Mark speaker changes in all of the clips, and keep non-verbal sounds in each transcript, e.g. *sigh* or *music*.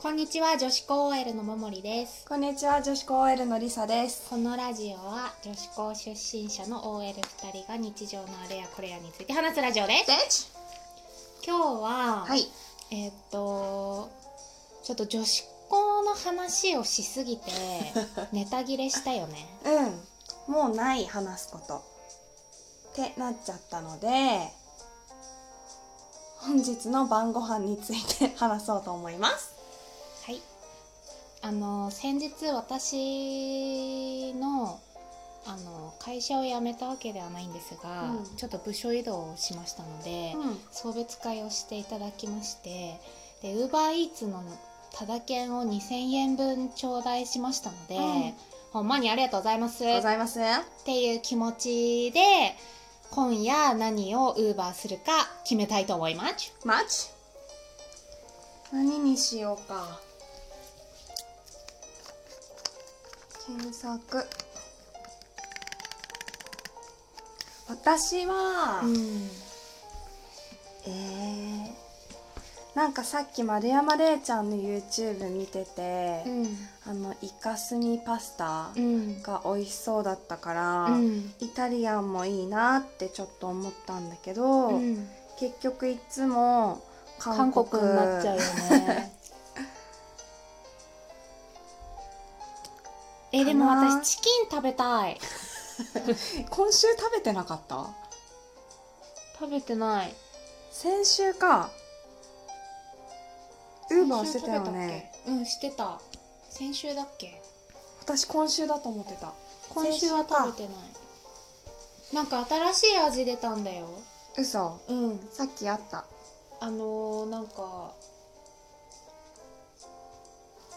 Speaker 1: こんにちは女子高 OL のももりです
Speaker 2: こんにちは、女子高 OL のりさです。
Speaker 1: このラジオは女子高出身者の OL2 人が日常のあれやこれやについて話すラジオです今日は、
Speaker 2: はい。
Speaker 1: えーっとちょっと女子高の話をしす
Speaker 2: *laughs*
Speaker 1: ぎてネタ切れしたよね
Speaker 2: うん。もうない話すこと。ってなっちゃったので、本日の晩ご飯について話そうと思います。
Speaker 1: はいあの先日私のあの会社を辞めたわけではないんですが、
Speaker 2: うん
Speaker 1: ちょっと部署移動をしましたので、
Speaker 2: う
Speaker 1: 送別会をしていただきましてでウーバーイーツのただ券を2,000円分頂戴しましたので、
Speaker 2: うん
Speaker 1: ほんまにありがとうございます
Speaker 2: ん。ご
Speaker 1: っ
Speaker 2: ざいます
Speaker 1: ていう気持ちで今夜何をウーバーするか決めたいと思います
Speaker 2: マッチ何にしようか。検索。私は、
Speaker 1: ん
Speaker 2: えー、なんかさっき丸山礼ちゃんの YouTube 見てて、
Speaker 1: うん
Speaker 2: あのイカスミパスタ
Speaker 1: うん
Speaker 2: が美味しそうだったから、
Speaker 1: うん
Speaker 2: イタリアンもいいなってちょっと思ったんだけど、
Speaker 1: うん
Speaker 2: 結局いつも
Speaker 1: 韓
Speaker 2: 韓国
Speaker 1: 国になっちゃうよねえでも
Speaker 2: かな
Speaker 1: 私チキン食べたい
Speaker 2: *laughs* 今週食べてなかった
Speaker 1: 食べてない
Speaker 2: 先週かウーバーしてたよね
Speaker 1: 先週食べたっけうんしてた先週だっけ
Speaker 2: 私今週だと思ってた
Speaker 1: 今週は食べてないなんか新しい味出たんだよ
Speaker 2: 嘘
Speaker 1: うん
Speaker 2: さっきあった
Speaker 1: あのー、なんか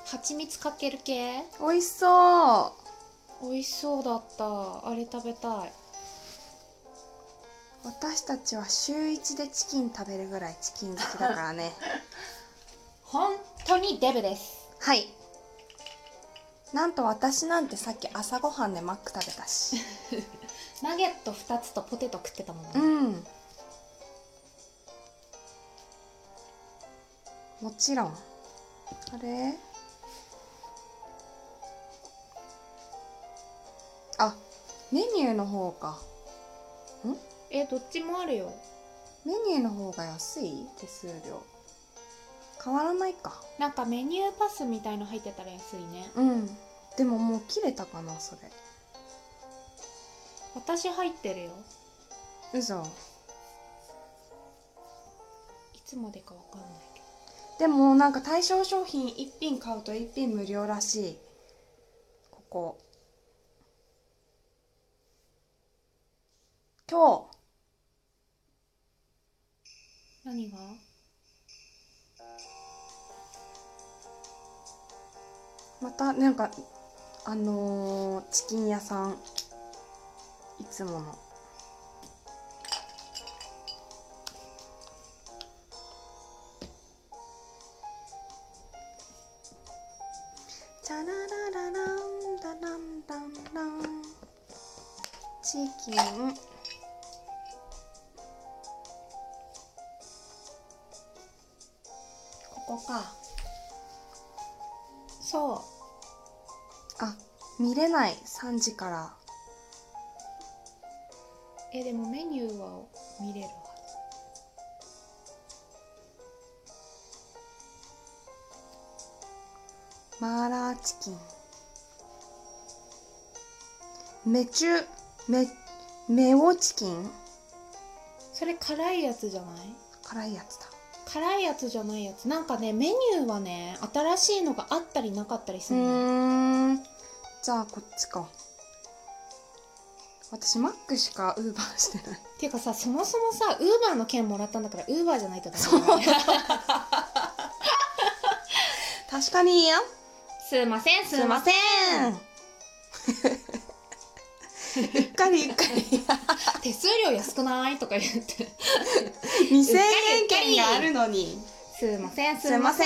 Speaker 1: 蜂蜜かける系
Speaker 2: 美味しそう
Speaker 1: 美味しそうだったあれ食べたい
Speaker 2: 私たちは週一でチキン食べるぐらいチキン好きだからね
Speaker 1: 本当にデブです
Speaker 2: *laughs* はいなんと私なんてさっき朝ごはんでマック食べたし
Speaker 1: ナゲット2つとポテト食ってたもんね、
Speaker 2: うんもちろんあれあメニューの方か
Speaker 1: えどっちもあるよ
Speaker 2: メニューの方が安い手数料変わらないか
Speaker 1: なんかメニューパスみたいの入ってたら安いね
Speaker 2: うんでももう切れたかなそれ
Speaker 1: 私入ってるよ
Speaker 2: 嘘
Speaker 1: いつまでかわかんないけど
Speaker 2: でもなんか対象商品1品買うと1品無料らしいここ今
Speaker 1: 何が
Speaker 2: 日またなんかあのーチキン屋さんいつものチャラララランダランダンランチキンここか
Speaker 1: そう
Speaker 2: あ見れない3時から
Speaker 1: えでもメニューは見れるは
Speaker 2: マーラーチキンメチュメメオチキン
Speaker 1: ずそれ辛いやつじゃない
Speaker 2: 辛いやつだ
Speaker 1: 辛いやつじゃないやつなんかねメニューはね新しいのがあったりなかったりす
Speaker 2: う
Speaker 1: るの
Speaker 2: ーんじゃあこっちか私マックしかウーバーしてない
Speaker 1: ていうかさそもそもさウーバーの券もらったんだからウーバーじゃないとダメだね
Speaker 2: 確かにいいや
Speaker 1: *laughs* すいませんすい
Speaker 2: *laughs*
Speaker 1: ません
Speaker 2: せんうっかりうっかり
Speaker 1: *laughs* 手数料安くないとか言って
Speaker 2: 2000円券があるのに
Speaker 1: すいません
Speaker 2: すいません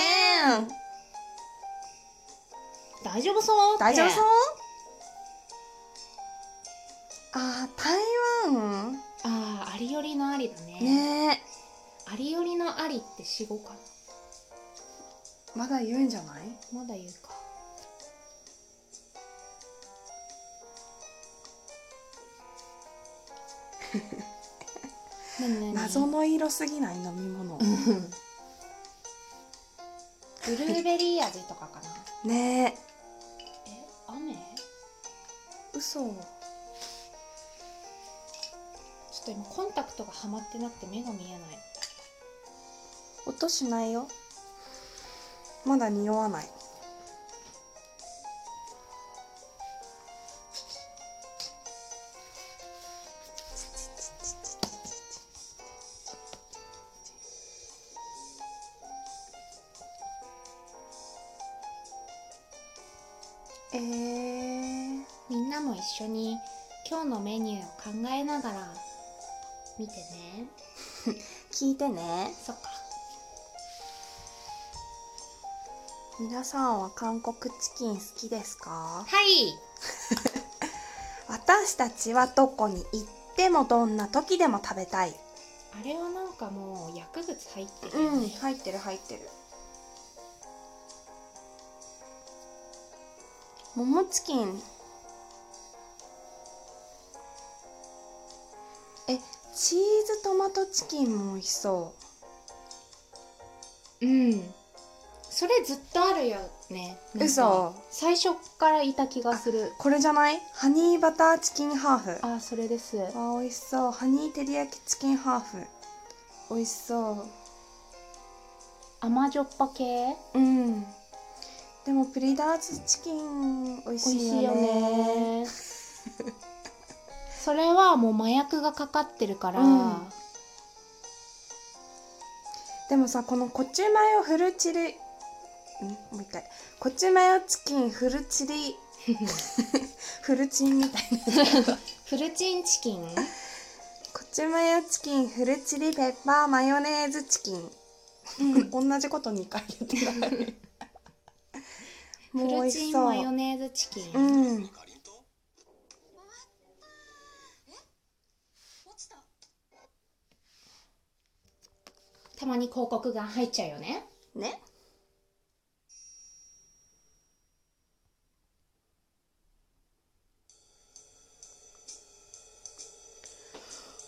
Speaker 1: 大丈夫そうって
Speaker 2: 大丈夫そうあー台湾
Speaker 1: ああありよりのありだね
Speaker 2: ねえ
Speaker 1: ありよりのありって死語かな
Speaker 2: まだ言うんじゃない
Speaker 1: まだ言う *laughs* かなになに
Speaker 2: 謎の色すぎない飲み物
Speaker 1: うんブルーベリー味とかかな
Speaker 2: ねえ
Speaker 1: え雨ちょ
Speaker 2: 嘘
Speaker 1: っと今コンタクトがはまってなくて目が見えない
Speaker 2: 音しないよまだ匂わないえー、
Speaker 1: みんなも一緒に今日のメニューを考えながら見てね
Speaker 2: 聞いてね
Speaker 1: そっか
Speaker 2: 皆さんは韓国チキン好きですか
Speaker 1: はい
Speaker 2: 私たちはどこに行ってもどんな時でも食べたい
Speaker 1: あれはなんかもう薬物入ってるよ
Speaker 2: うん
Speaker 1: ね、
Speaker 2: 入ってる入ってるももチキンえチーズトマトチキンも美味しそ
Speaker 1: うんそれずっとあるよねなんか
Speaker 2: う嘘
Speaker 1: 最初からいた気がする
Speaker 2: これじゃないハニーバターチキンハーフ
Speaker 1: あそれです
Speaker 2: わあ美味しそうハニー照り焼きチキンハーフ美味しそ
Speaker 1: 甘じょっぱ系
Speaker 2: ううんでもプリダーズチキン美味
Speaker 1: 美
Speaker 2: し
Speaker 1: 味し
Speaker 2: い
Speaker 1: いよ
Speaker 2: よね
Speaker 1: ねそれはもう麻薬がかかってるから、
Speaker 2: うんでもさこのコチュマヨフルチリんもう一回コチュマヨチキンフル
Speaker 1: *laughs*
Speaker 2: チリフルチンみたいな
Speaker 1: フルチンチキンう
Speaker 2: コチュマヨチキンフルチリペッパーマヨネーズチキン、
Speaker 1: ん
Speaker 2: *laughs* 同じこと2回言ってない
Speaker 1: *laughs*
Speaker 2: も
Speaker 1: フ
Speaker 2: う美
Speaker 1: ル
Speaker 2: 味
Speaker 1: チ
Speaker 2: し
Speaker 1: ン
Speaker 2: そう
Speaker 1: マヨネーズチキン、
Speaker 2: うん
Speaker 1: たまに広告が入っちゃうよね
Speaker 2: ね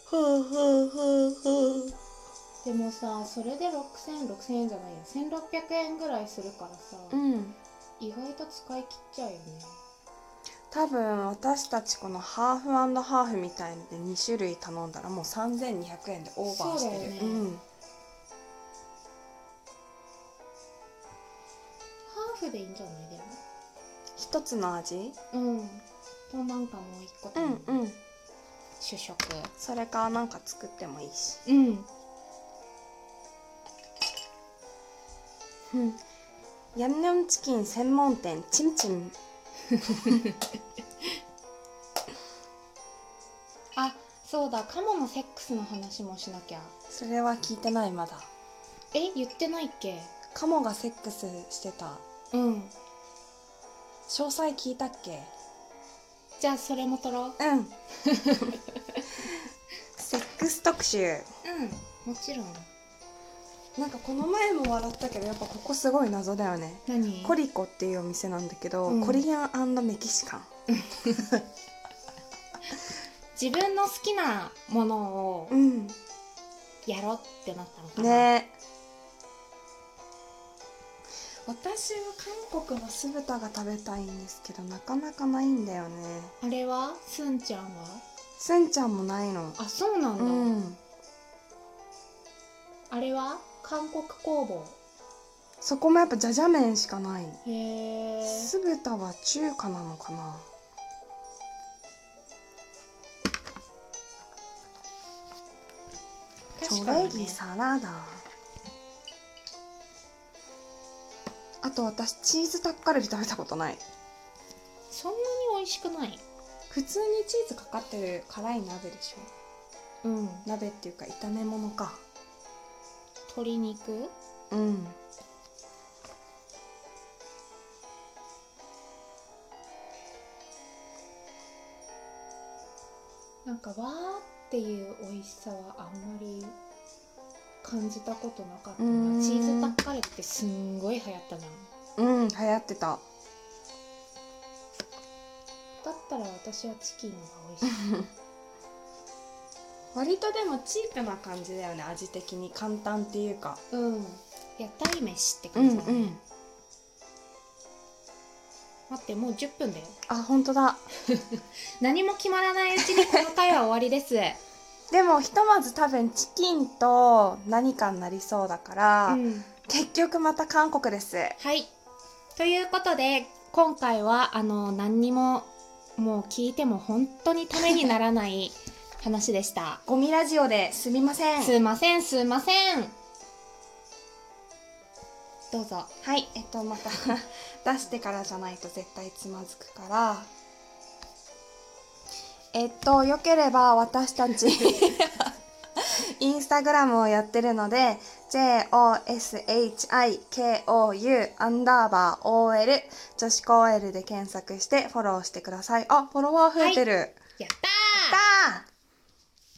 Speaker 2: ほうほうほうほう
Speaker 1: でもさそれで60006000円じゃないや1600円ぐらいするからさ、
Speaker 2: うん
Speaker 1: 意外と使い切っちゃうよね
Speaker 2: 多分私たちこのハーフハーフみたいので2種類頼んだらもう3200円でオーバーし
Speaker 1: そうだ
Speaker 2: てる
Speaker 1: よね
Speaker 2: うん、
Speaker 1: ハーフでいいんじゃないでも
Speaker 2: 一つの味
Speaker 1: うんとなんかもう一個と、
Speaker 2: うんうん
Speaker 1: 主食
Speaker 2: それかなんか作ってもいいし
Speaker 1: うん
Speaker 2: うんヤンニョムチキン専門店チンチン
Speaker 1: あそうだカモのセックスの話もしなきゃ
Speaker 2: それは聞いてないまだ
Speaker 1: え言ってないっけ
Speaker 2: カモがセックスしてた
Speaker 1: うん
Speaker 2: 詳細聞いたっけ
Speaker 1: じゃあそれも撮ろう
Speaker 2: うん *laughs* セックス特集
Speaker 1: うんもちろん
Speaker 2: なんかこの前も笑ったけどやっぱここすごい謎だよね
Speaker 1: 何
Speaker 2: コリコっていうお店なんだけど、
Speaker 1: うん
Speaker 2: コリアンメキシカン
Speaker 1: 自分の好きなものを
Speaker 2: うん
Speaker 1: やろうってなったのかな、
Speaker 2: ね私は韓国の酢豚が食べたいんですけどなかなかないんだよね
Speaker 1: あれはすんちゃんは
Speaker 2: すんちゃんもないの
Speaker 1: あそうなんだ、
Speaker 2: うん
Speaker 1: あれは韓国工房
Speaker 2: そこもやっぱじゃじゃ麺しかない
Speaker 1: へえ
Speaker 2: 酢豚は中華なのかなチ
Speaker 1: 確
Speaker 2: ョ
Speaker 1: か
Speaker 2: レ
Speaker 1: に
Speaker 2: ギ
Speaker 1: ね
Speaker 2: サラダあと私チーズタッカルビ食べたことない
Speaker 1: そんなに美味しくない
Speaker 2: 普通にチーズかかってる辛い鍋でしょ
Speaker 1: うん
Speaker 2: 鍋っていうか炒め物か
Speaker 1: 鶏肉
Speaker 2: うん
Speaker 1: なんかわーっていう美味しさはあんまり感じたことなかった
Speaker 2: うー
Speaker 1: なんチーズタッカルビってすんごい流行ったじゃん
Speaker 2: うん流行ってた
Speaker 1: だったら私はチキンが美味しい
Speaker 2: 割とでもチープな感じだよね味的に簡単っていうか
Speaker 1: うん屋台飯って
Speaker 2: う
Speaker 1: 感
Speaker 2: ん
Speaker 1: じ
Speaker 2: う
Speaker 1: だね、
Speaker 2: ん
Speaker 1: 待ってもう10分だよ
Speaker 2: あ本当だ
Speaker 1: 何も決まらないうちにこの回は終わりです *laughs*
Speaker 2: でもひとまず多分チキンと何かになりそうだから、
Speaker 1: うん
Speaker 2: 結局また韓国です
Speaker 1: はい。ということで、今回は、あの、何にも、もう聞いても本当にためにならない話で *laughs* した。
Speaker 2: ゴミラジオですみません
Speaker 1: すいません、すいません。どうぞ。
Speaker 2: はいえっとまた *laughs* 出してからじゃないと絶対つまずくからえっとよければ私たち *laughs* インスタグラムをやってるので JOSHIKOU アンダーバー OL 女子高 OL で検索してフォローしてくださいあフォロワー増えてる、
Speaker 1: やっ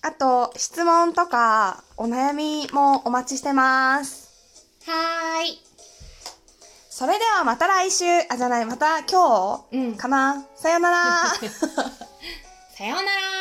Speaker 2: だあと質問とかお悩みもお待ちしてます
Speaker 1: たーはーい。
Speaker 2: それではまた来週、あ、じゃない、また今
Speaker 1: うん
Speaker 2: 日かな、さよなら
Speaker 1: さようなら